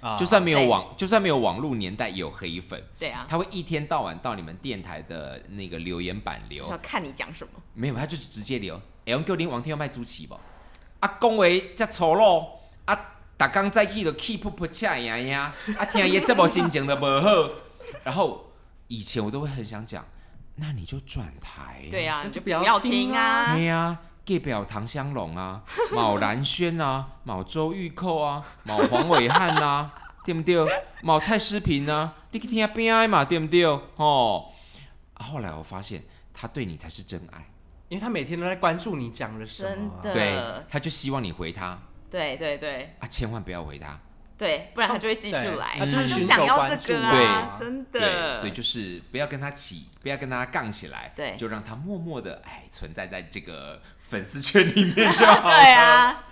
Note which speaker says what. Speaker 1: 啊
Speaker 2: 就算没有
Speaker 3: 对
Speaker 2: 网，就算没有网络年代也有黑粉，
Speaker 3: 对啊，
Speaker 2: 他会一天到晚到你们电台的那个留言板留
Speaker 3: 就是，要看你讲什么。
Speaker 2: 没有，他就是直接留。哎、欸，我叫恁王天要卖猪旗不？啊，讲话遮粗鲁，啊，逐工早起就气噗噗赤呀呀，啊，听伊这目心情都无好。然后以前我都会很想讲，那你就转台、
Speaker 3: 对啊，
Speaker 1: 那
Speaker 3: 你
Speaker 1: 就
Speaker 3: 就
Speaker 1: 不
Speaker 3: 不
Speaker 1: 要
Speaker 3: 要
Speaker 1: 听
Speaker 3: 听
Speaker 1: 啊
Speaker 3: 啊
Speaker 2: 哎。呀，隔壁有唐香龙啊， 毛兰轩啊，毛周玉蔻啊，毛黄伟汉啊， 对不对？毛蔡诗萍啊，你去听边爱嘛，对不对？哦，啊，后来我发现他对你才是真爱，
Speaker 1: 因为他每天都在关注你讲了什么啊、
Speaker 3: 真的
Speaker 2: 对，他就希望你回他
Speaker 3: 对对对
Speaker 2: 啊，千万不要回他，
Speaker 3: 对，不然他就会继续
Speaker 1: 对
Speaker 3: 来，
Speaker 1: 他就是
Speaker 3: 他
Speaker 1: 寻
Speaker 3: 就
Speaker 1: 求
Speaker 3: 想要这
Speaker 1: 关注
Speaker 3: 个啊
Speaker 1: 啊，
Speaker 3: 真
Speaker 2: 对，
Speaker 3: 的。
Speaker 2: 所以就是不要跟他起，不要跟他杠起来，
Speaker 3: 对
Speaker 2: 就让他默默的哎存在在这个粉丝圈里面就好了，
Speaker 3: 对啊，